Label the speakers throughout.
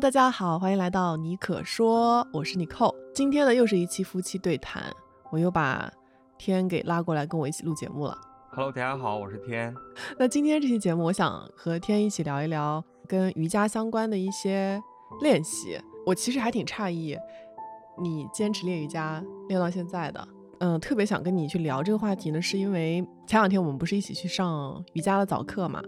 Speaker 1: 大家好，欢迎来到你可说，我是你寇。今天呢，又是一期夫妻对谈，我又把天给拉过来跟我一起录节目了。
Speaker 2: Hello，大家好，我是天。
Speaker 1: 那今天这期节目，我想和天一起聊一聊跟瑜伽相关的一些练习。我其实还挺诧异，你坚持练瑜伽练到现在的。嗯，特别想跟你去聊这个话题呢，是因为前两天我们不是一起去上瑜伽的早课嘛？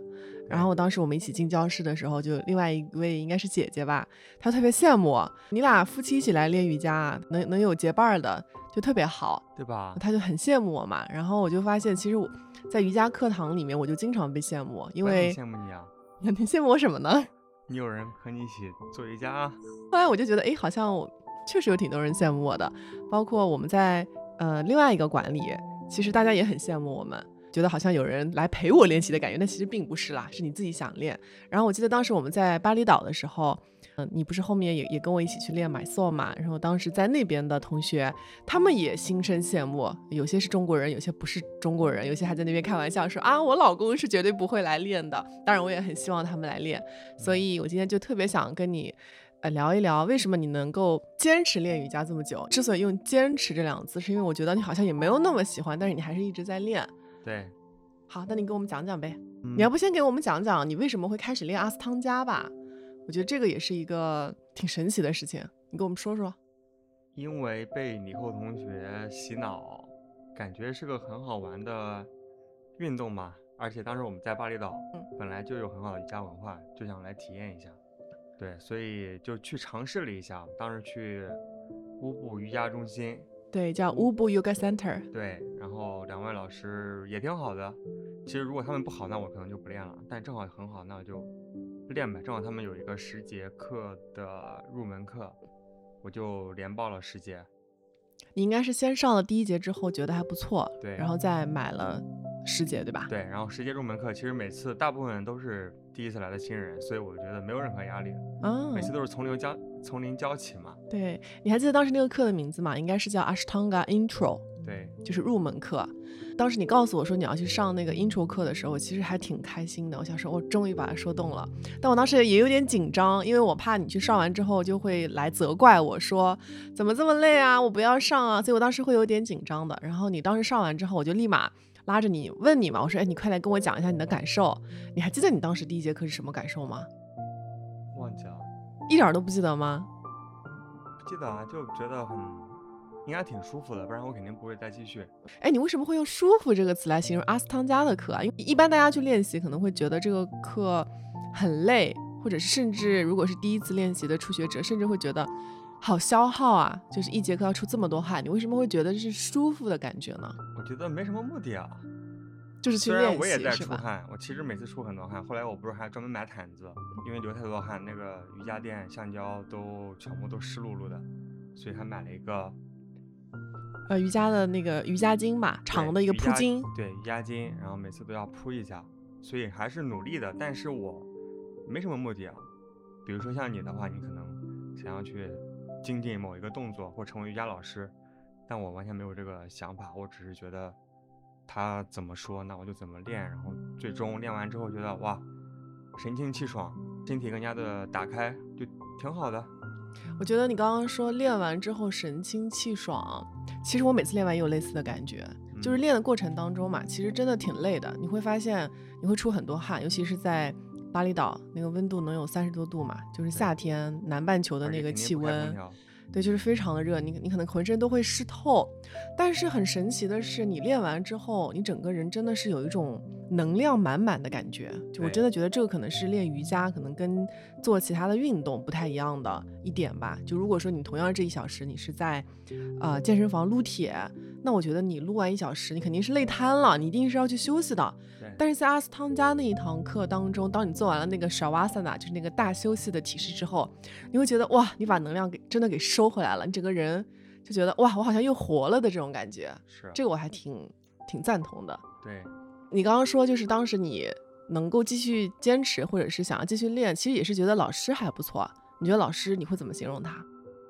Speaker 1: 然后当时我们一起进教室的时候，就另外一位应该是姐姐吧，她特别羡慕我你俩夫妻一起来练瑜伽，能能有结伴儿的，就特别好。
Speaker 2: 对吧？
Speaker 1: 他就很羡慕我嘛。然后我就发现，其实我在瑜伽课堂里面，我就经常被羡慕，因
Speaker 2: 我也
Speaker 1: 为
Speaker 2: 很羡慕你啊，
Speaker 1: 你羡慕我什么呢？
Speaker 2: 你有人和你一起做瑜伽啊。
Speaker 1: 后来我就觉得，哎，好像我确实有挺多人羡慕我的，包括我们在呃另外一个馆里，其实大家也很羡慕我们。觉得好像有人来陪我练习的感觉，但其实并不是啦，是你自己想练。然后我记得当时我们在巴厘岛的时候，嗯、你不是后面也也跟我一起去练买塑嘛？然后当时在那边的同学，他们也心生羡慕，有些是中国人，有些不是中国人，有些还在那边开玩笑说啊，我老公是绝对不会来练的。当然，我也很希望他们来练，所
Speaker 2: 嗯
Speaker 1: 以我今天就特别想跟你。呃，聊一聊为什么你能够坚持练瑜伽这么久？之所以用“坚持”这两个字，是因为我觉得你好像也没有那么喜欢，但是你还是一直在练。
Speaker 2: 对，
Speaker 1: 好，那你给我们讲讲呗。
Speaker 2: 嗯
Speaker 1: 你要不先给我们讲讲你为什么会开始练阿斯汤加吧？我觉得这个也是一个挺神奇的事情，你给我们说说。
Speaker 2: 因为被李寇同学洗脑，感觉是个很好玩的运动嘛。而且当时我们在巴厘岛，
Speaker 1: 嗯
Speaker 2: 本来就有很好的瑜伽文化，就想来体验一下。对，所以就去尝试了一下。当时去乌布瑜伽中心，
Speaker 1: 对，叫
Speaker 2: 嗯
Speaker 1: 乌布 Yoga Center。
Speaker 2: 对，然后两位老师也挺好的。其实如果他们不好，那我可能就不练了。但正好很好，那我就练呗。正好他们有一个十节课的入门课，我就连报了十节。
Speaker 1: 你应该是先上了第一节之后觉得还不错，
Speaker 2: 对
Speaker 1: 然后再买了十节，对吧？
Speaker 2: 对，然后十节入门课，其实每次大部分都是第一次来的新人，所以我觉得没有任何压力，
Speaker 1: 啊，
Speaker 2: 每次都是从零教从零教起嘛。
Speaker 1: 对，你还记得当时那个课的名字吗？应该是叫 Ashtanga Intro。
Speaker 2: 对，
Speaker 1: 就是入门课。当时你告诉我说你要去上那个 intro 课的时候，我其实还挺开心的。我想说，我终于把它说动了。但我当时也有点紧张，因为我怕你去上完之后就会来责怪我说怎么这么累啊，我不要上啊。所以我当时会有点紧张的。然后你当时上完之后，我就立马拉着你问你嘛，我说，哎，你快来跟我讲一下你的感受。你还记得你当时第一节课是什么感受吗？
Speaker 2: 忘记了，
Speaker 1: 一点儿都不记得吗？
Speaker 2: 不记得啊，就觉得很应该挺舒服的，不然我肯定不会再继续。
Speaker 1: 哎，你为什么会用“舒服”这个词来形容阿斯汤加的课啊？因为一般大家去练习可能会觉得这个课很累，或者是甚至如果是第一次练习的初学者，甚至会觉得好消耗啊，就是一节课要出这么多汗。你为什么会觉得是舒服的感觉呢？
Speaker 2: 我觉得没什么目的啊。
Speaker 1: 就是去
Speaker 2: 虽然
Speaker 1: 练
Speaker 2: 我也在
Speaker 1: 习是
Speaker 2: 出
Speaker 1: 吧？嗯
Speaker 2: 汗，我其实每次出很多汗。后来我不是还专门买毯子，因为流太多汗，那个瑜伽垫橡胶都全部都湿漉漉的，所以还买了一个
Speaker 1: 呃，瑜伽的那个瑜伽巾嘛，长
Speaker 2: 对
Speaker 1: 的一个
Speaker 2: 瑜
Speaker 1: 铺
Speaker 2: 伽
Speaker 1: 巾。
Speaker 2: 对瑜伽巾，然后每次都要铺一下，所以还是努力的。但是我没什么目的啊，比如说像你的话，你可能想要去精进某一个动作或成为瑜伽老师，但我完全没有这个想法，我只是觉得他怎么说，那我就怎么练，然后最终练完之后觉得哇，神清气爽，身体更加的打开，就挺好的。
Speaker 1: 我觉得你刚刚说练完之后神清气爽，其实我每次练完也有类似的感觉，就是
Speaker 2: 嗯
Speaker 1: 练的过程当中嘛，其实真的挺累的。你会发现你会出很多汗，尤其是在巴厘岛那个温度能有三十多度嘛，就是夏天南半球的
Speaker 2: 而且
Speaker 1: 那个
Speaker 2: 肯定
Speaker 1: 气
Speaker 2: 不开空
Speaker 1: 温，
Speaker 2: 调
Speaker 1: 对，就是非常的热，你你可能浑身都会湿透。但是很神奇的是，你练完之后，你整个人真的是有一种能量满满的感觉。就我
Speaker 2: 对
Speaker 1: 真的觉得这个可能是练瑜伽，可能跟做其他的运动不太一样的一点吧。就如果说你同样这一小时你是在，呃，健身房撸铁，那我觉得你撸完一小时，你肯定是累瘫了，你一定是要去休息的。
Speaker 2: 对，
Speaker 1: 但是在阿斯汤加那一堂课当中，当你做完了那个 shavasana，就是那个大休息的体式之后，你会觉得哇，你把能量给真的给收回来了，你整个人就觉得哇，我好像又活了的这种感觉。
Speaker 2: 是
Speaker 1: 这个我还挺挺赞同的。
Speaker 2: 对。
Speaker 1: 你刚刚说就是当时你能够继续坚持，或者是想要继续练，其实也是觉得老师还不错。你觉得老师你会怎么形容他？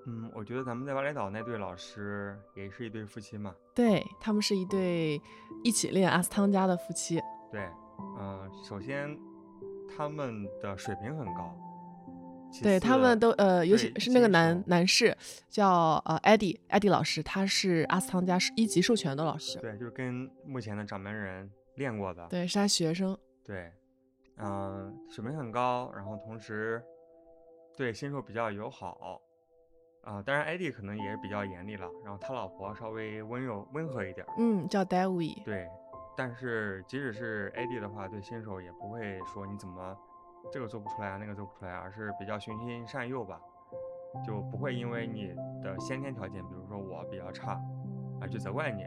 Speaker 2: 嗯，我觉得咱们在巴厘岛那对老师也是一对夫妻嘛。
Speaker 1: 对他们是一对一起练阿斯汤加的夫妻。
Speaker 2: 对，嗯、首先他们的水平很高，其
Speaker 1: 对
Speaker 2: 次
Speaker 1: 他们都呃，尤其
Speaker 2: 对
Speaker 1: 是那个
Speaker 2: 接
Speaker 1: 男
Speaker 2: 受
Speaker 1: 男士叫呃艾迪艾迪老师，他是阿斯汤加一级授权的老师，
Speaker 2: 对，就是跟目前的掌门人练过的，
Speaker 1: 对，是他学生，
Speaker 2: 对，嗯、水平很高，然后同时对新手比较友好，啊、当然艾迪可能也是比较严厉了，然后他老婆稍微温柔温和一点儿，
Speaker 1: 嗯，叫 David，
Speaker 2: 对，但是即使是 AD 的话，对新手也不会说你怎么这个做不出来啊，那个做不出来啊，而是比较循循善诱吧，就不会因为你的先天条件，比如说我比较差啊，去责怪你。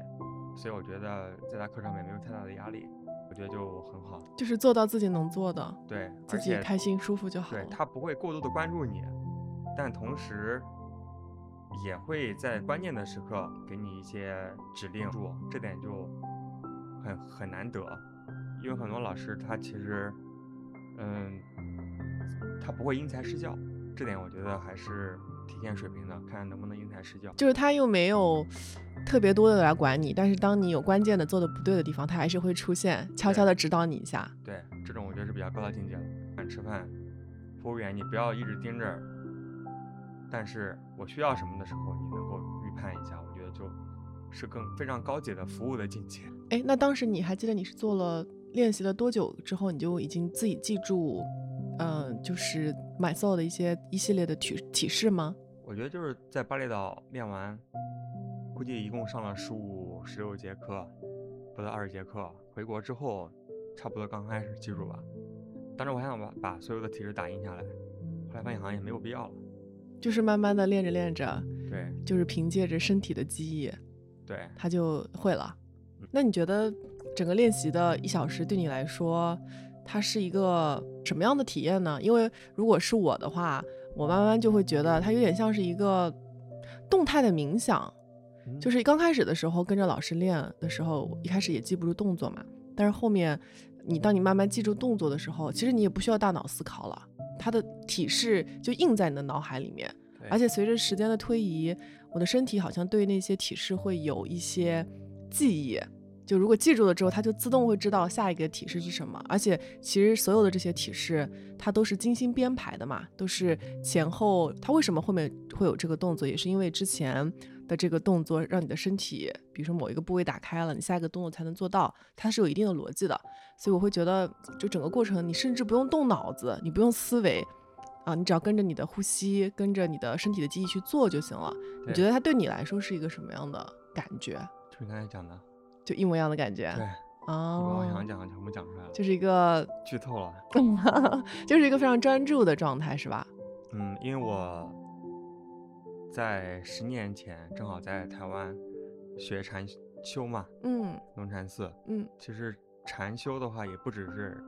Speaker 2: 所以我觉得在他课上面没有太大的压力，我觉得就很好。
Speaker 1: 就是做到自己能做的，
Speaker 2: 对，
Speaker 1: 自己开心舒服就好
Speaker 2: 对
Speaker 1: 了
Speaker 2: 他不会过度的关注你，但同时也会在关键的时刻给你一些指令住，
Speaker 1: 嗯
Speaker 2: 这点就很很难得，因为很多老师他其实，嗯，他不会因材施教，这点我觉得还是体现水平的，看能不能因材施教。
Speaker 1: 就是他又没有特别多的来管你，但是当你有关键的做的不对的地方，他还是会出现，悄悄
Speaker 2: 对
Speaker 1: 的指导你一下。
Speaker 2: 对，这种我觉得是比较高的境界了。敢吃饭，服务员你不要一直盯着，但是我需要什么的时候，你能够预判一下，我觉得就是更非常高级的服务的境界。
Speaker 1: 哎，那当时你还记得你是做了练习了多久之后，你就已经自己记住，嗯、就是买 soul 的一些一系列的提提示吗？
Speaker 2: 我觉得就是在巴厘岛练完，估计一共上了十五、十六节课，不到二十节课。回国之后，差不多刚开始记住吧。当时我还想把把所有的提示打印下来，后来发现好像也没有必要了。
Speaker 1: 就是慢慢的练着练着，
Speaker 2: 对
Speaker 1: 就是凭借着身体的记忆，
Speaker 2: 对，
Speaker 1: 他就会了。那你觉得整个练习的一小时对你来说，它是一个什么样的体验呢？因为如果是我的话，我慢慢就会觉得它有点像是一个动态的冥想，
Speaker 2: 嗯
Speaker 1: 就是刚开始的时候跟着老师练的时候，一开始也记不住动作嘛，但是后面你当你慢慢记住动作的时候，其实你也不需要大脑思考了，它的体式就印在你的脑海里面。
Speaker 2: 对
Speaker 1: 而且随着时间的推移，我的身体好像对那些体式会有一些记忆。就如果记住了之后，它就自动会知道下一个体式是什么。而且其实所有的这些体式，它都是精心编排的嘛，都是前后。它为什么后面会有这个动作，也是因为之前的这个动作让你的身体，比如说某一个部位打开了，你下一个动作才能做到，它是有一定的逻辑的。所以我会觉得，就整个过程你甚至不用动脑子，你不用思维，啊，你只要跟着你的呼吸，跟着你的身体的记忆去做就行了。你
Speaker 2: 对
Speaker 1: 觉得它对你来说是一个什么样的感觉？
Speaker 2: 就是你刚才讲的，
Speaker 1: 就一模一样的感觉
Speaker 2: 对，你把我
Speaker 1: 哦
Speaker 2: 想，讲的全部讲出来了，
Speaker 1: 就是一个，
Speaker 2: 剧透了。
Speaker 1: 就是一个非常专注的状态，是吧？
Speaker 2: 嗯，因为我在十年前正好在台湾学禅修嘛，
Speaker 1: 嗯
Speaker 2: 龙禅寺。
Speaker 1: 嗯，
Speaker 2: 其实禅修的话，也不只是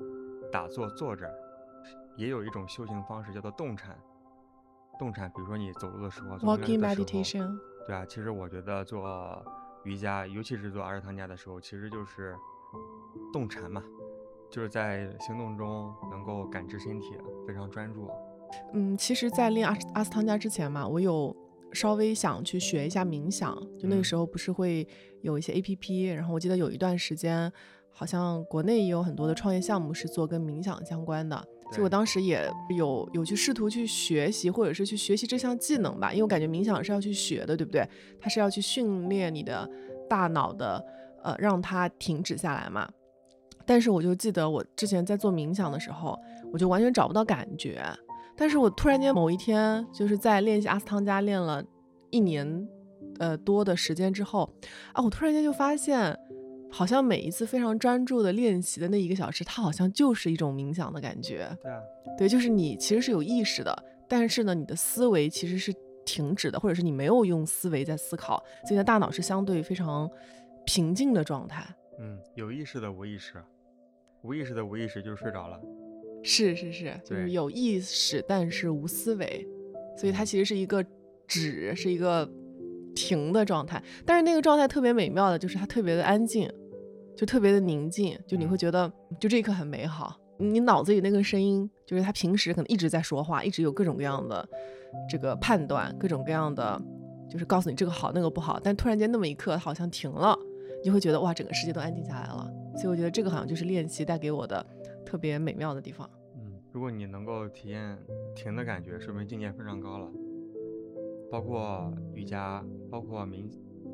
Speaker 2: 打坐坐着，也有一种修行方式叫做动禅。动禅，比如说你走路的时候做瑜伽
Speaker 1: ，walking
Speaker 2: 的时候
Speaker 1: meditation，
Speaker 2: 对啊，其实我觉得做瑜伽，尤其是做阿尔汤加的时候，其实就是动禅嘛，就是在行动中能够感知身体，非常专注。
Speaker 1: 嗯，其实，在练阿斯阿斯汤加之前嘛，我有稍微想去学一下冥想，就那个
Speaker 2: 嗯
Speaker 1: 时候不是会有一些 A P P，然后我记得有一段时间，好像国内也有很多的创业项目是做跟冥想相关的，所以我
Speaker 2: 对
Speaker 1: 当时也有有去试图去学习，或者是去学习这项技能吧，因为我感觉冥想是要去学的，对不对？它是要去训练你的大脑的，呃，让它停止下来嘛。但是我就记得我之前在做冥想的时候，我就完全找不到感觉。但是我突然间某一天，就是在练习阿斯汤加练了一年，呃多的时间之后，啊，我突然间就发现，好像每一次非常专注的练习的那一个小时，它好像就是一种冥想的感觉。
Speaker 2: 对啊，
Speaker 1: 对，就是你其实是有意识的，但是呢，你的思维其实是停止的，或者是你没有用思维在思考，所以你的大脑是相对非常平静的状态。
Speaker 2: 嗯，有意识的无意识，无意识的无意识就是睡着了。
Speaker 1: 是是是，就是
Speaker 2: 对嗯
Speaker 1: 有意识，但是无思维，所以它其实是一个止，是一个停的状态。但是那个状态特别美妙的，就是它特别的安静，就特别的宁静，就你会
Speaker 2: 嗯
Speaker 1: 觉得就这一刻很美好。你脑子里那个声音，就是他平时可能一直在说话，一直有各种各样的这个判断，各种各样的就是告诉你这个好那个不好，但突然间那么一刻好像停了，你就会觉得哇，整个世界都安静下来了。所以我觉得这个好像就是练习带给我的特别美妙的地方。
Speaker 2: 嗯，如果你能够体验停的感觉，说明境界非常高了。包括瑜伽，包括冥，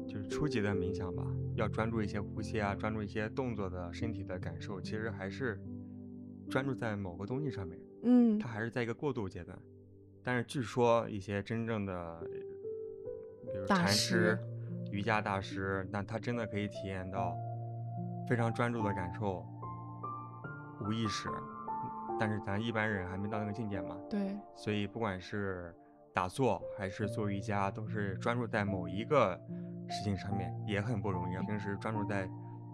Speaker 2: 就是初级的冥想吧，要专注一些呼吸啊，专注一些动作的身体的感受，其实还是专注在某个东西上面，
Speaker 1: 嗯
Speaker 2: 它还是在一个过渡阶段。但是据说一些真正的，比如
Speaker 1: 大
Speaker 2: 禅
Speaker 1: 师
Speaker 2: 师、瑜伽大师，那他真的可以体验到非常专注的感受，无意识。但是咱一般人还没到那个境界嘛，
Speaker 1: 对，
Speaker 2: 所以不管是打坐还是做瑜伽，都是专注在某一个事情上面，也很不容易啊。平时专注在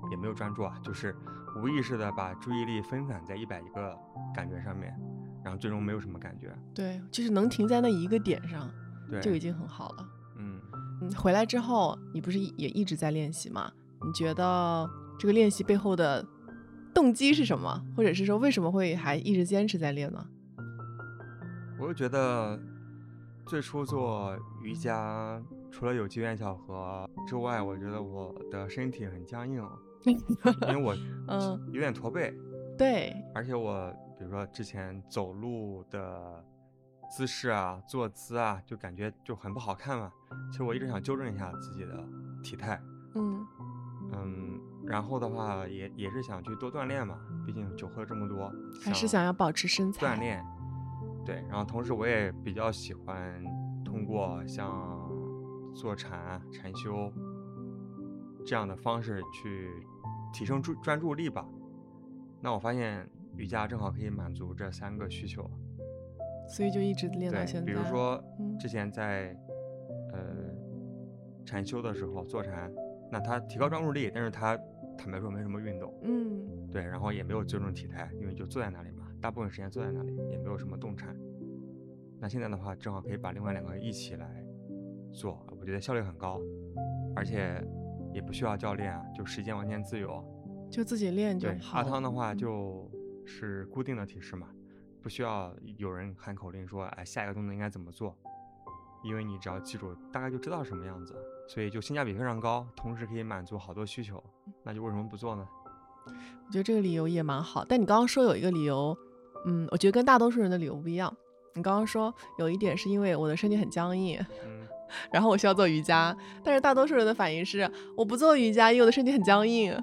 Speaker 2: 也没有专注啊，就是无意识的把注意力分散在一百个感觉上面，然后最终没有什么感觉。
Speaker 1: 对，就是能停在那一个点上
Speaker 2: 对，
Speaker 1: 就已经很好了。
Speaker 2: 嗯，
Speaker 1: 嗯，回来之后你不是也一直在练习吗？你觉得这个练习背后的动机是什么？或者是说为什么会还一直坚持在练呢？
Speaker 2: 我就觉得最初做瑜伽，除了有机缘巧合之外，我觉得我的身体很僵 硬，因为我
Speaker 1: 嗯
Speaker 2: 有点驼背。
Speaker 1: 对，
Speaker 2: 而且我比如说之前走路的姿势啊、坐姿啊，就感觉就很不好看嘛。其实我一直想纠正一下自己的体态，
Speaker 1: 嗯
Speaker 2: 嗯，然后的话也也是想去多锻炼嘛，毕竟酒喝了这么多，
Speaker 1: 还是想要保持身材。
Speaker 2: 锻炼。对，然后同时我也比较喜欢通过像坐禅、禅修这样的方式去提升注专注力吧。那我发现瑜伽正好可以满足这三个需求。
Speaker 1: 所以就一直练到
Speaker 2: 对，
Speaker 1: 现在。
Speaker 2: 比如，说
Speaker 1: 嗯
Speaker 2: 之前在呃禅修的时候坐禅，那它提高专注力，但是它坦白说没什么运动。
Speaker 1: 嗯，
Speaker 2: 对，然后也没有纠正体态，因为就坐在那里嘛，大部分时间坐在那里，也没有什么动产。那现在的话，正好可以把另外两个一起来做，我觉得效率很高，而且也不需要教练啊，就时间完全自由。
Speaker 1: 就自己练就
Speaker 2: 对，
Speaker 1: 好
Speaker 2: 阿
Speaker 1: 了。
Speaker 2: 汤的话
Speaker 1: 嗯
Speaker 2: 就是固定的提示嘛，不需要有人喊口令说，哎，下一个动作应该怎么做，因为你只要记住，大概就知道什么样子，所以就性价比非常高，同时可以满足好多需求，
Speaker 1: 嗯
Speaker 2: 那就为什么不做呢？
Speaker 1: 我觉得这个理由也蛮好。但你刚刚说有一个理由，嗯，我觉得跟大多数人的理由不一样。你刚刚说有一点是因为我的身体很僵硬，
Speaker 2: 嗯，
Speaker 1: 然后我需要做瑜伽，但是大多数人的反应是我不做瑜伽，因为我的身体很僵硬。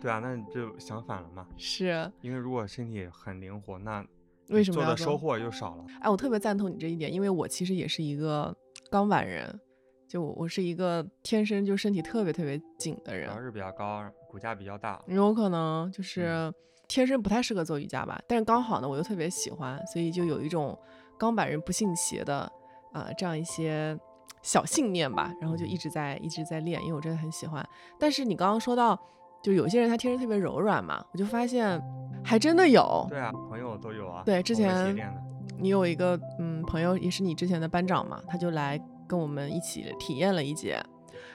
Speaker 2: 对啊，那你就想反了嘛。
Speaker 1: 是，
Speaker 2: 因为如果身体很灵活，那
Speaker 1: 为
Speaker 2: 你
Speaker 1: 什么
Speaker 2: 做
Speaker 1: 要
Speaker 2: 的
Speaker 1: 做
Speaker 2: 收获就少了？
Speaker 1: 哎，我特别赞同你这一点，因为我其实也是一个钢板人，就我我是一个天生就身体特别特别紧的人
Speaker 2: 然后，是比较高，骨架比较大。
Speaker 1: 有可能就是天生不太适合做瑜伽吧，但是刚好呢，我又特别喜欢，所以就有一种钢板人不信邪的啊、呃这样一些小信念吧，然后就一直在一直在练，因为我真的很喜欢。但是你刚刚说到，就有些人他天生特别柔软嘛，我就发现还真的有。
Speaker 2: 对啊，朋友都有啊。
Speaker 1: 对之
Speaker 2: 我们一起
Speaker 1: 前
Speaker 2: 练的，
Speaker 1: 你有一个嗯朋友，也是你之前的班长嘛，他就来跟我们一起体验了一节，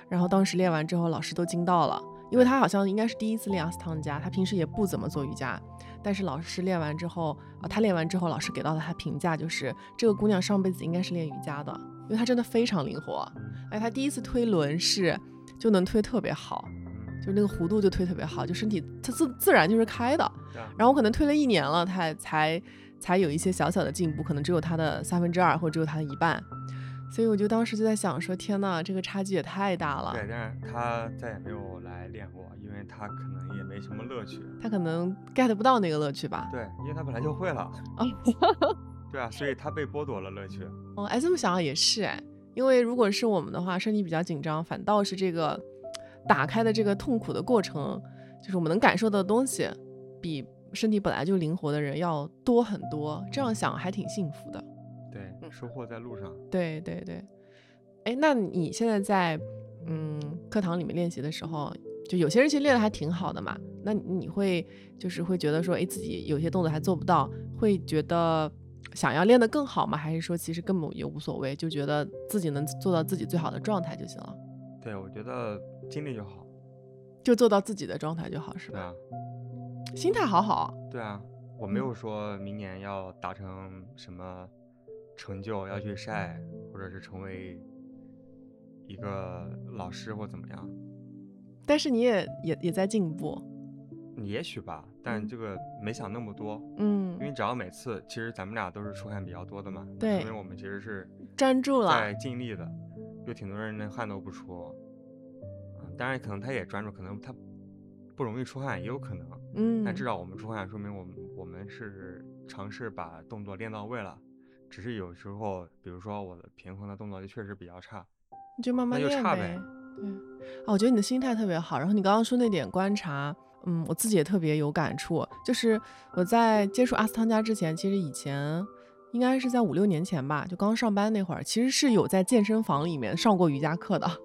Speaker 1: 然后当时练完之后，老师都惊到了，因为他好像应该是第一次练阿斯汤加，他平时也不怎么做瑜伽，但是老师练完之后啊，他练完之后，老师给到他评价就是这个姑娘上辈子应该是练瑜伽的，因为她真的非常灵活，
Speaker 2: 嗯
Speaker 1: 而且她第一次推轮式就能推特别好，
Speaker 2: 嗯
Speaker 1: 就是那个弧度就推特别好，就身体它自自然就是开的。
Speaker 2: 对啊，
Speaker 1: 然后我可能推了一年了，他才才有一些小小的进步，可能只有他的三分之二，或者只有他的一半。所以我就当时就在想说，天呐，这个差距也太大了。
Speaker 2: 对，但是他再也没有来练过，因为他可能也没什么乐趣。
Speaker 1: 他可能 get 不到那个乐趣吧。
Speaker 2: 对，因为他本来就会了。对啊，所以他被剥夺了乐趣。
Speaker 1: 哦，哎，这么想想也是哎，因为如果是我们的话，身体比较紧张，反倒是这个打开的这个痛苦的过程，就是我们能感受到的东西，比身体本来就灵活的人要多很多。这样想还挺幸福的。
Speaker 2: 对，
Speaker 1: 嗯
Speaker 2: 收获在路上。
Speaker 1: 对对对，哎，那你现在在嗯课堂里面练习的时候，就有些人其实练的还挺好的嘛，那你会就是会觉得说，哎，自己有些动作还做不到，会觉得想要练得更好吗？还是说其实根本也无所谓，就觉得自己能做到自己最好的状态就行了，
Speaker 2: 对，我觉得尽力就好。
Speaker 1: 就做到自己的状态就好，是
Speaker 2: 对
Speaker 1: 吧？
Speaker 2: 啊，
Speaker 1: 心态好好，
Speaker 2: 对啊，我没
Speaker 1: 嗯
Speaker 2: 有说明年要达成什么成就，要去晒，或者是成为一个老师或怎么样。
Speaker 1: 但是你也也也在进步，
Speaker 2: 也许吧，但这个没想那么多，因
Speaker 1: 嗯，
Speaker 2: 为只要每次，其实咱们俩都是出汗比较多的嘛，
Speaker 1: 对
Speaker 2: 因为我们其实是
Speaker 1: 粘住了
Speaker 2: 在，尽力的，有挺多人连汗都不出，嗯当然可能他也专注，可能他不容易出汗，也有可能，
Speaker 1: 嗯，
Speaker 2: 但至少我们出汗，说明我们我们是尝试把动作练到位了，只是有时候，比如说我的平衡的动作就确实比较差，
Speaker 1: 你就慢慢
Speaker 2: 那就
Speaker 1: 练
Speaker 2: 差
Speaker 1: 呗
Speaker 2: 呗。嗯
Speaker 1: 对，啊，我觉得你的心态特别好。然后你刚刚说那点观察，嗯，我自己也特别有感触。就是我在接触阿斯汤加之前，其实以前应该是在五六年前吧，就刚上班那会儿，其实是有在健身房里面上过瑜伽课的。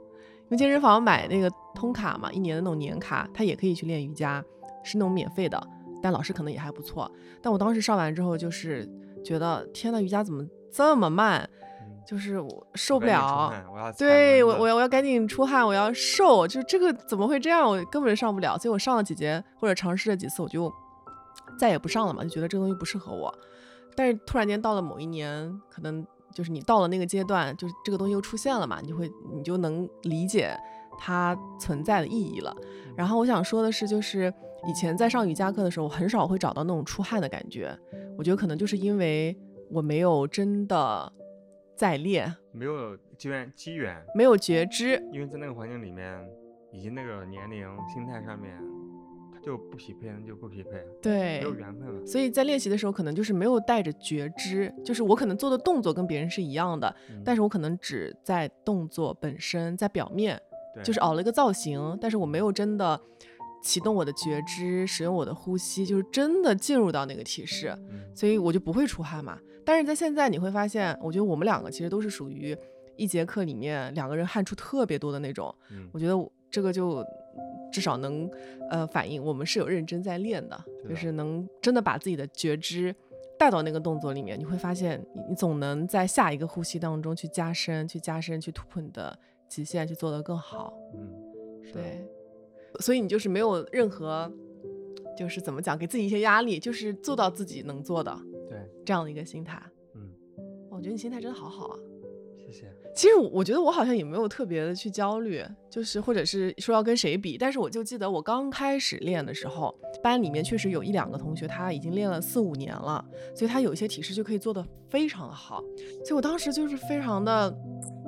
Speaker 1: 因为健身房买那个通卡嘛，一年的那种年卡，它也可以去练瑜伽，是那种免费的，但老师可能也还不错。但我当时上完之后，就是觉得天呐，瑜伽怎么这么慢？
Speaker 2: 嗯、
Speaker 1: 就是我受
Speaker 2: 我
Speaker 1: 不
Speaker 2: 赶紧出
Speaker 1: 了。
Speaker 2: 汗，我要
Speaker 1: 对我，我
Speaker 2: 要
Speaker 1: 要我要赶紧出汗，我要瘦，就这个怎么会这样？我根本上不了，所以我上了几节或者尝试了几次，我就再也不上了嘛，就觉得这个东西不适合我。但是突然间到了某一年，可能就是你到了那个阶段，就是这个东西又出现了嘛，你就会你就能理解它存在的意义了。然后我想说的是，就是以前在上瑜伽课的时候，我很少会找到那种出汗的感觉，我觉得可能就是因为我没有真的在练，
Speaker 2: 没有机缘机缘，
Speaker 1: 没有觉知。
Speaker 2: 因为在那个环境里面，以及那个年龄、心态上面，它就不匹配，那就不匹配，没
Speaker 1: 对，
Speaker 2: 有缘分了。
Speaker 1: 所以在练习的时候，可能就是没有带着觉知，就是我可能做的动作跟别人是一样的，但
Speaker 2: 是
Speaker 1: 是我可能只在动作本身，在表面，
Speaker 2: 对
Speaker 1: 就是熬了一个造型，但是我没有真的启动我的觉知，使用我的呼吸，就是真的进入到那个体式，
Speaker 2: 嗯
Speaker 1: 所以我就不会出汗嘛。但是在现在你会发现，我觉得我们两个其实都是属于一节课里面两个人汗出特别多的那种，
Speaker 2: 嗯
Speaker 1: 我觉得我这个就至少能呃反映我们是有认真在练的，
Speaker 2: 是
Speaker 1: 就
Speaker 2: 的
Speaker 1: 是能真的把自己的觉知带到那个动作里面，你会发现你你总能在下一个呼吸当中去加深、去加深、去突破你的极限，去做得更好。
Speaker 2: 嗯，是的
Speaker 1: 对，所以你就是没有任何就是怎么讲，给自己一些压力，就是做到自己能做的
Speaker 2: 对，
Speaker 1: 这样的一个心态。哦
Speaker 2: 嗯，
Speaker 1: 我觉得你心态真的好好啊。
Speaker 2: 谢谢。
Speaker 1: 其实我我觉得我好像也没有特别的去焦虑，就是或者是说要跟谁比，但是我就记得我刚开始练的时候，班里面确实有一两个同学他已经练了四五年了，所以他有一些体式就可以做得非常的好，所以我当时就是非常的，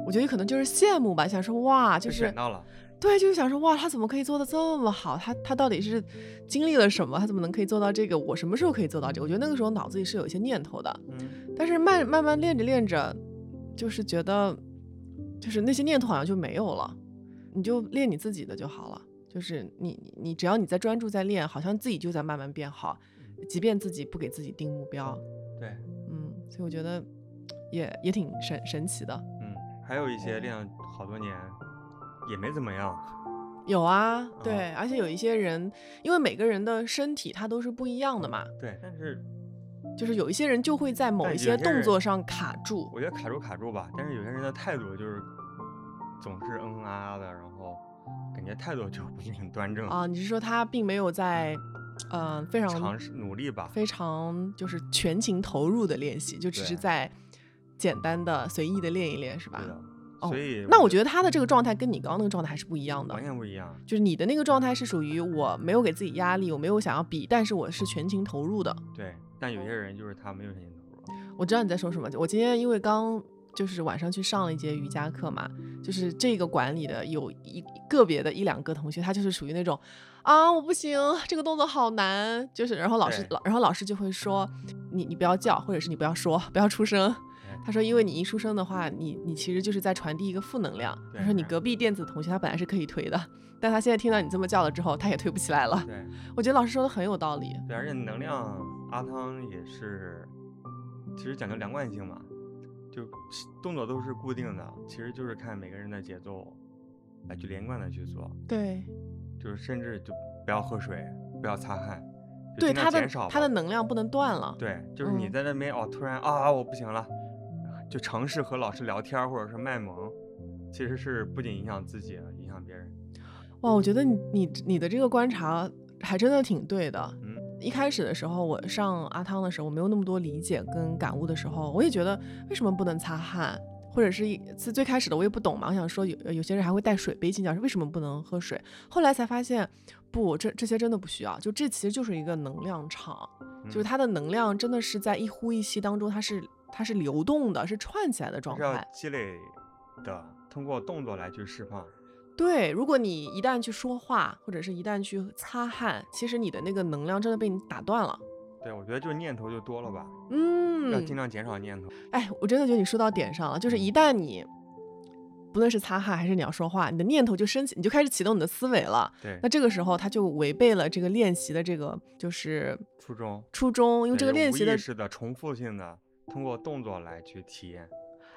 Speaker 1: 我觉得可能就是羡慕吧，想说哇，就
Speaker 2: 被
Speaker 1: 是
Speaker 2: 选到了，
Speaker 1: 对，就是想说哇，他怎么可以做得这么好？他他到底是经历了什么？他怎么能可以做到这个？我什么时候可以做到这个？我觉得那个时候脑子里是有一些念头的，
Speaker 2: 嗯，
Speaker 1: 但是慢慢慢练着练着，就是觉得，就是那些念头好像就没有了，你就练你自己的就好了。就是你你你只要你在专注在练，好像自己就在慢慢变好，即便自己不给自己定目标，
Speaker 2: 对，
Speaker 1: 嗯，所以我觉得也也挺神神奇的。
Speaker 2: 嗯，还有一些练了好多年，也没怎么样，
Speaker 1: 有啊，对，
Speaker 2: 哦
Speaker 1: 而且有一些人，因为每个人的身体它都是不一样的嘛，
Speaker 2: 对，但是
Speaker 1: 就是有一些人就会在某
Speaker 2: 但
Speaker 1: 一
Speaker 2: 有
Speaker 1: 些
Speaker 2: 些
Speaker 1: 动
Speaker 2: 人
Speaker 1: 作上卡住，
Speaker 2: 我觉得卡住卡住吧，但是有些人的态度就是总是嗯嗯啊啊的，然后感觉态度就不是很端正
Speaker 1: 啊、你是说他并没有在，呃，非常
Speaker 2: 尝试努力吧，
Speaker 1: 非常就是全情投入的练习，就只是
Speaker 2: 对
Speaker 1: 在简单的随意的练一练，是吧
Speaker 2: 对？的，
Speaker 1: 哦
Speaker 2: 所以
Speaker 1: 那我觉得他的这个状态跟你刚刚那个状态还是不一样的
Speaker 2: 完，全不一样，
Speaker 1: 就是你的那个状态是属于我没有给自己压力，我没有想要比，但是我是全情投入的。
Speaker 2: 对，但有些人就是他没有现金投入，
Speaker 1: 我知道你在说什么。我今天因为刚就是晚上去上了一节瑜伽课嘛，就是这个馆里的有一个别的一两个同学，他就是属于那种啊我不行，这个动作好难，就是然后老师
Speaker 2: 对
Speaker 1: 老然后老师就会说你你不要叫，或者是你不要说，不要出声。他说：“因为你一出声的话，你你其实就是在传递一个负能量。”他
Speaker 2: 对
Speaker 1: 说：“你
Speaker 2: 是
Speaker 1: 隔壁电子同学他本来是可以推的，但他现在听到你这么叫了之后，他也推不起来了。
Speaker 2: 对”
Speaker 1: 我觉得老师说的很有道理。
Speaker 2: 对，而且能量阿汤也是，其实讲究连贯性嘛，就动作都是固定的，其实就是看每个人的节奏来去连贯的去做，
Speaker 1: 对，
Speaker 2: 就是甚至就不要喝水，不要擦汗，就
Speaker 1: 对
Speaker 2: 尽量
Speaker 1: 他的
Speaker 2: 减少
Speaker 1: 他的
Speaker 2: 吧
Speaker 1: 能量不能断了。
Speaker 2: 对，就是你
Speaker 1: 嗯
Speaker 2: 在那边、哦，突然啊我不行了，就尝试和老师聊天儿或者是卖萌，其实是不仅影响自己，啊影响别人。
Speaker 1: 哇，我觉得你你你的这个观察还真的挺对的。
Speaker 2: 嗯
Speaker 1: 一开始的时候，我上阿汤的时候，我没有那么多理解跟感悟的时候，我也觉得为什么不能擦汗，或者是一是最开始的我也不懂嘛，我想说有有些人还会带水杯进教啊室，为什么不能喝水？后来才发现，不，这这些真的不需要，就这其实就是一个能量场，就是
Speaker 2: 嗯
Speaker 1: 它的能量真的是在一呼一吸当中，它是它是流动的，是串起来的状
Speaker 2: 是要
Speaker 1: 态。
Speaker 2: 积累的，通过动作来去释放。
Speaker 1: 对，如果你一旦去说话，或者是一旦去擦汗，其实你的那个能量真的被你打断了。
Speaker 2: 对，我觉得就是念头就多了吧，要尽
Speaker 1: 嗯，
Speaker 2: 量减少念头。
Speaker 1: 哎，我真的觉得你说到点上了，就是一旦你不论是擦汗还是你要说话，你的念头就升起，你就开始启动你的思维了。
Speaker 2: 对
Speaker 1: 那，这个时候，它就违背了这个练习的这个就是
Speaker 2: 初衷
Speaker 1: 初衷，因为
Speaker 2: 对
Speaker 1: 这个
Speaker 2: 就
Speaker 1: 练
Speaker 2: 无
Speaker 1: 习
Speaker 2: 意
Speaker 1: 的，
Speaker 2: 识的重复性的，通过动作来去体验。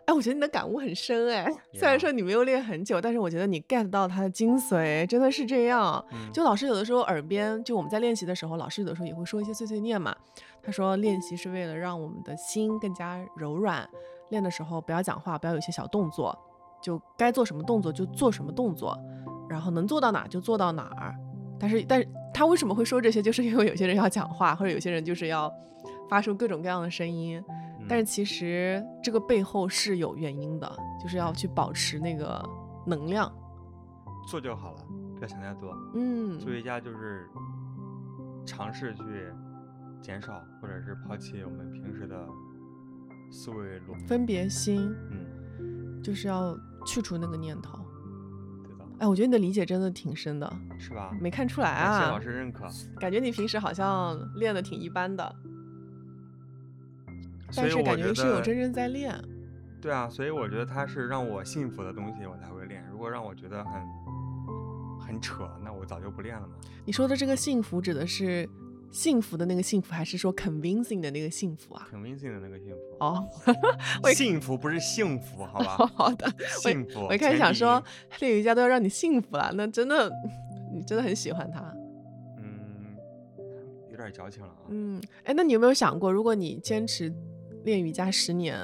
Speaker 1: 哎，我觉得你的感悟很深哎。 虽然
Speaker 2: Yeah
Speaker 1: 说你没有练很久，但是我觉得你 get 到它的精髓，真的是这样。
Speaker 2: 嗯，
Speaker 1: 就老师有的时候耳边，就我们在练习的时候，老师有的时候也会说一些碎碎念嘛。他说练习是为了让我们的心更加柔软，练的时候不要讲话，不要有一些小动作，就该做什么动作就做什么动作，然后能做到哪就做到哪儿。但是，但是他为什么会说这些？就是因为有些人要讲话，或者有些人就是要发出各种各样的声音。但是
Speaker 2: 嗯
Speaker 1: 其实这个背后是有原因的，就是要去保持那个能量。
Speaker 2: 做就好了，不要想太多。
Speaker 1: 嗯，
Speaker 2: 作为家就是尝试去减少或者是抛弃我们平时的思维路。
Speaker 1: 分别心。
Speaker 2: 嗯，
Speaker 1: 就是要去除那个念头。
Speaker 2: 对的，
Speaker 1: 哎，我觉得你的理解真的挺深的，
Speaker 2: 是吧？
Speaker 1: 没看出来
Speaker 2: 啊感谢
Speaker 1: 啊
Speaker 2: 老，师认可，
Speaker 1: 感觉你平时好像练的挺一般的，
Speaker 2: 所
Speaker 1: 但
Speaker 2: 以
Speaker 1: 是
Speaker 2: 我
Speaker 1: 感觉
Speaker 2: 觉
Speaker 1: 是有
Speaker 2: 得
Speaker 1: 真正在练。
Speaker 2: 对啊，所以我觉得它是让我幸福的东西，我才会练。如果让我觉得很很扯，那我早就不练了嘛。
Speaker 1: 你说的这个幸福指的是幸福的那个幸福，还是说 convincing 的那个幸福啊？
Speaker 2: convincing 的那个幸福，
Speaker 1: 哦，
Speaker 2: 幸福不是幸福，好吧？
Speaker 1: 好的，
Speaker 2: 幸福。
Speaker 1: 我一开始想
Speaker 2: 前提
Speaker 1: 说练瑜伽都要让你幸福了，那真的，你真的很喜欢它。
Speaker 2: 嗯，有点矫情了啊。
Speaker 1: 嗯，哎，那你有没有想过，如果你坚持练瑜伽十年，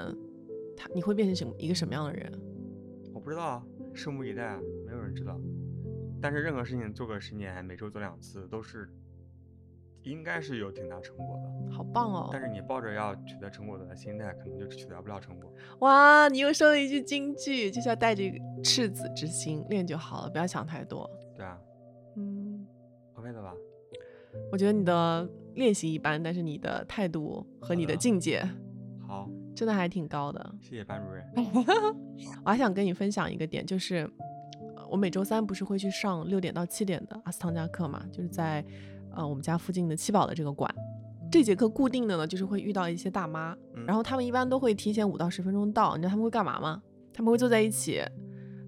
Speaker 1: 它你会变成什么一个什么样的人？
Speaker 2: 我不知道啊，拭目以待啊，没有人知道。但是任何事情做个十年，每周做两次，都是应该是有挺大成果的。
Speaker 1: 好棒哦！
Speaker 2: 但是你抱着要取得成果的心态，可能就取得不了成果。
Speaker 1: 哇，你又说了一句金句，就是要带着赤子之心练就好了，不要想太多。
Speaker 2: 对啊
Speaker 1: 嗯，
Speaker 2: ，OK 的吧？
Speaker 1: 我觉得你的练习一般，但是你的态度和你的
Speaker 2: 好的
Speaker 1: 境界
Speaker 2: 好，
Speaker 1: 真的还挺高的。
Speaker 2: 谢谢班主
Speaker 1: 哎
Speaker 2: 任。
Speaker 1: 我还想跟你分享一个点，就是呃我每周三不是会去上六点到七点的阿斯汤加课嘛，就是在呃我们家附近的七宝的这个馆。这节课固定的呢，就是会遇到一些大妈，
Speaker 2: 嗯
Speaker 1: 然后他们一般都会提前五到十分钟到。你知道他们会干嘛吗？他们会坐在一起，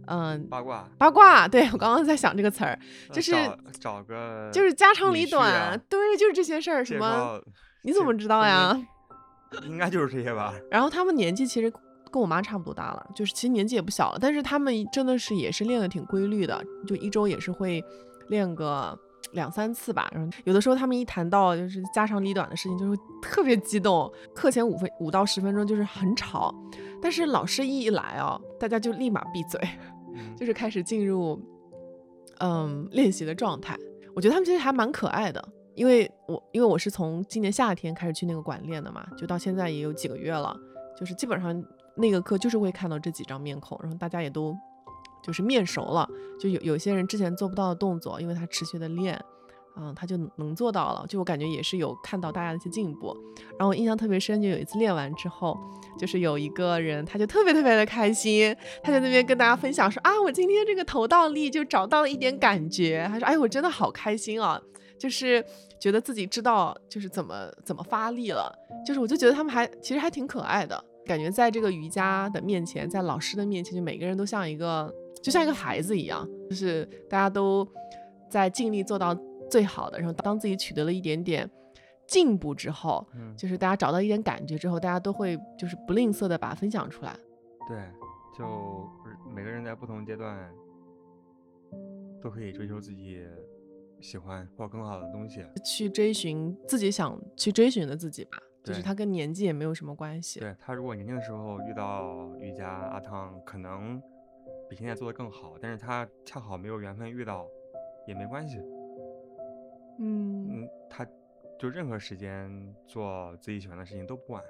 Speaker 1: 嗯、
Speaker 2: 八卦
Speaker 1: 八卦，对我刚刚在想这个词儿，
Speaker 2: 那
Speaker 1: 就是
Speaker 2: 呃找找个
Speaker 1: 就是家长
Speaker 2: 女
Speaker 1: 里
Speaker 2: 婿
Speaker 1: 短，
Speaker 2: 啊
Speaker 1: 对，就是这些事儿，什
Speaker 2: 介
Speaker 1: 么
Speaker 2: 绍，
Speaker 1: 你怎
Speaker 2: 介
Speaker 1: 么知道
Speaker 2: 婚
Speaker 1: 呀？
Speaker 2: 姻应该就是这些吧？
Speaker 1: 然后他们年纪其实跟我妈差不多大了，就是其实年纪也不小了，但是他们真的是也是练的挺规律的，就一周也是会练个两三次吧。然后有的时候他们一谈到就是家长里短的事情，就会 特别激动。课前五分五到十分钟就是很吵，但是老师一来啊，大家就立马闭嘴。
Speaker 2: 嗯
Speaker 1: 就是开始进入嗯练习的状态。我觉得他们其实还蛮可爱的，因为我因为我是从今年夏天开始去那个馆练的嘛，就到现在也有几个月了，就是基本上那个课就是会看到这几张面孔，然后大家也都就是面熟了，就有有些人之前做不到的动作，因为他持续的练。嗯，他就能做到了，就我感觉也是有看到大家的一些进步。然后我印象特别深，就有一次练完之后，就是有一个人，他就特别特别的开心，他在那边跟大家分享说啊，我今天这个头倒立就找到了一点感觉。他说，哎，我真的好开心啊，就是觉得自己知道就是怎么怎么发力了，就是我就觉得他们还其实还挺可爱的，感觉在这个瑜伽的面前，在老师的面前，就每个人都像一个就像一个孩子一样，就是大家都在尽力做到最好的，然后当自己取得了一点点进步之后，
Speaker 2: 嗯，
Speaker 1: 就是大家找到一点感觉之后，大家都会就是不吝啬的把它分享出来。
Speaker 2: 对，就呃每个人在不同阶段都可以追求自己喜欢或更好的东西。
Speaker 1: 去追寻自己想去追寻的自己吧，就是
Speaker 2: 对
Speaker 1: 它跟年纪也没有什么关系。
Speaker 2: 对他，如果年轻的时候遇到瑜伽阿汤，可能比现在做的更好，但是他恰好没有缘分遇到，也没关系。
Speaker 1: 嗯，
Speaker 2: 嗯，他就任何时间做自己喜欢的事情都不晚。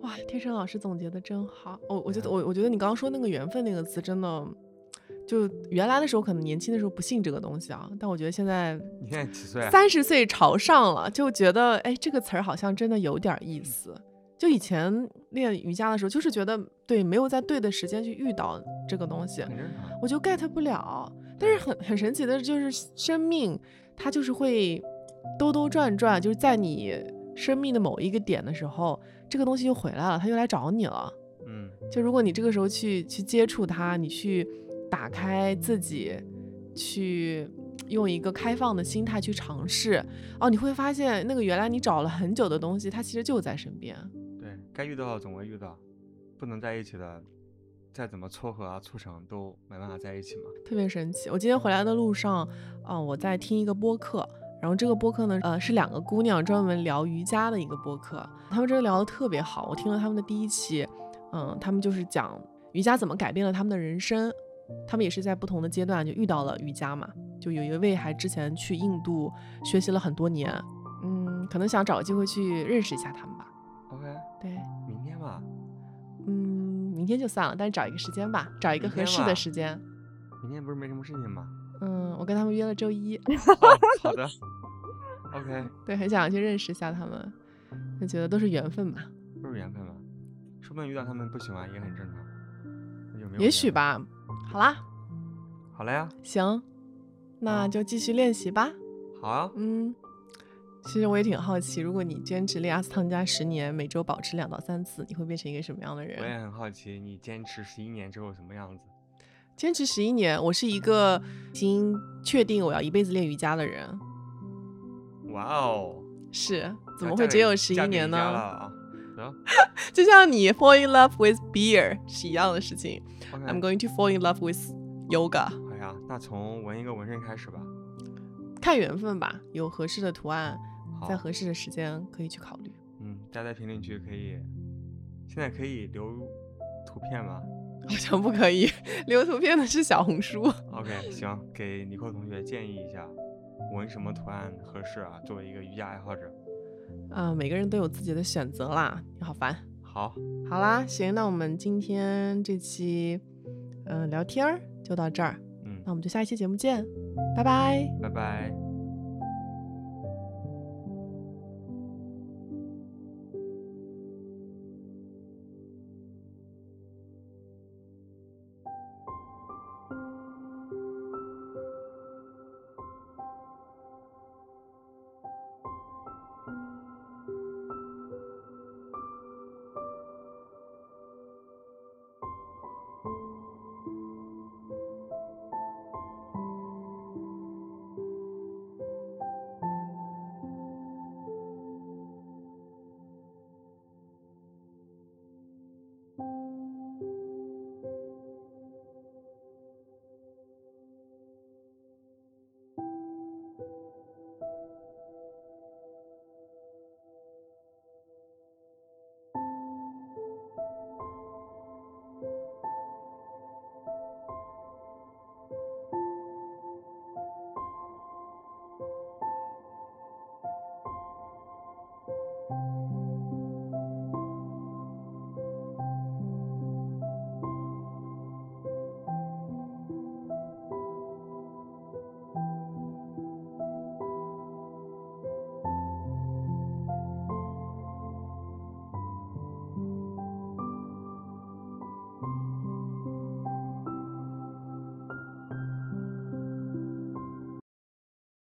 Speaker 1: 哇，天生老师总结的真好。哦我我觉得我我觉得你刚刚说那个缘分那个词真的，就原来的时候可能年轻的时候不信这个东西啊，但我觉得现在
Speaker 2: 你现在几岁啊？
Speaker 1: 三十岁朝上了，就觉得哎这个词儿好像真的有点
Speaker 2: 嗯
Speaker 1: 意思。就以前练瑜伽的时候，就是觉得对没有在对的时间去遇到这个东西，
Speaker 2: 很正常。
Speaker 1: 我就 get 不了。但是很很神奇的就是生命，它就是会兜兜转转，就是在你生命的某一个点的时候，这个东西又回来了，它又来找你了。
Speaker 2: 嗯，
Speaker 1: 就如果你这个时候去去接触它，你去打开自己，去用一个开放的心态去尝试，哦，你会发现那个原来你找了很久的东西，它其实就在身边。
Speaker 2: 对该遇到的总会遇到，不能在一起的，再怎么撮合啊、促成都没办法在一起嘛。
Speaker 1: 特别神奇。我今天回来的路上，啊、我在听一个播客，然后这个播客呢，呃，是两个姑娘专门聊瑜伽的一个播客，她们真的聊得特别好。我听了她们的第一期，嗯，她们就是讲瑜伽怎么改变了她们的人生。她们也是在不同的阶段就遇到了瑜伽嘛，就有一位还之前去印度学习了很多年，嗯，可能想找个机会去认识一下他们吧。
Speaker 2: OK，
Speaker 1: 对，
Speaker 2: 明天吧，
Speaker 1: 嗯，明天就算了，但是找一个时间吧，找一个
Speaker 2: 明
Speaker 1: 合
Speaker 2: 天
Speaker 1: 适的
Speaker 2: 吧
Speaker 1: 时间。
Speaker 2: 明天不是没什么事情 吗？
Speaker 1: 嗯，我跟他们约了周一。
Speaker 2: 哦好的，OK，
Speaker 1: 对，很想去认识一下他们，就觉得都是缘分嘛，
Speaker 2: 都是缘分嘛，说不定遇到他们不喜欢也很正常。那就没有
Speaker 1: 也
Speaker 2: 缘
Speaker 1: 许
Speaker 2: 分。
Speaker 1: 吧。好啦，
Speaker 2: 好了呀，
Speaker 1: 行，那
Speaker 2: 好
Speaker 1: 就继续练习吧。
Speaker 2: 好啊，
Speaker 1: 嗯，其实我也挺好奇，如果你坚持练阿斯汤加十年，每周保持两到三次，你会变成一个什么样的
Speaker 2: 我也
Speaker 1: 人？
Speaker 2: 很好奇你坚持十一年之后什么样子。
Speaker 1: 坚持十一年，我是一个已经确定我要一辈子练瑜伽的人。
Speaker 2: 哇哦，
Speaker 1: 是，嗯怎
Speaker 2: 要
Speaker 1: 么
Speaker 2: 嫁
Speaker 1: 会只
Speaker 2: 给
Speaker 1: 有十一
Speaker 2: 嫁给
Speaker 1: 年
Speaker 2: 人家了
Speaker 1: 呢？
Speaker 2: 啊？得
Speaker 1: 就像你 fall in love with beer 是一样的事情。I'm
Speaker 2: ，OK，
Speaker 1: going to fall in love with yoga。
Speaker 2: 好呀，那从纹一个纹身开始吧。
Speaker 1: 看缘分吧，有合适的图案，
Speaker 2: 好
Speaker 1: 在，合适的时间可以去考虑。
Speaker 2: 嗯，大家在评论区可以，现在可以留图片吗
Speaker 1: 好像不可以留图片的是小红书。
Speaker 2: ？OK，行，给尼克同学建议一下，纹什么图案合适啊？作为一个瑜伽爱好者，
Speaker 1: 啊、每个人都有自己的选择啦，你好烦。
Speaker 2: 好，
Speaker 1: 好啦，行，那我们今天这期嗯、呃聊天儿就到这儿，
Speaker 2: 嗯
Speaker 1: 那，我们就下一期节目见，拜拜。
Speaker 2: 拜拜。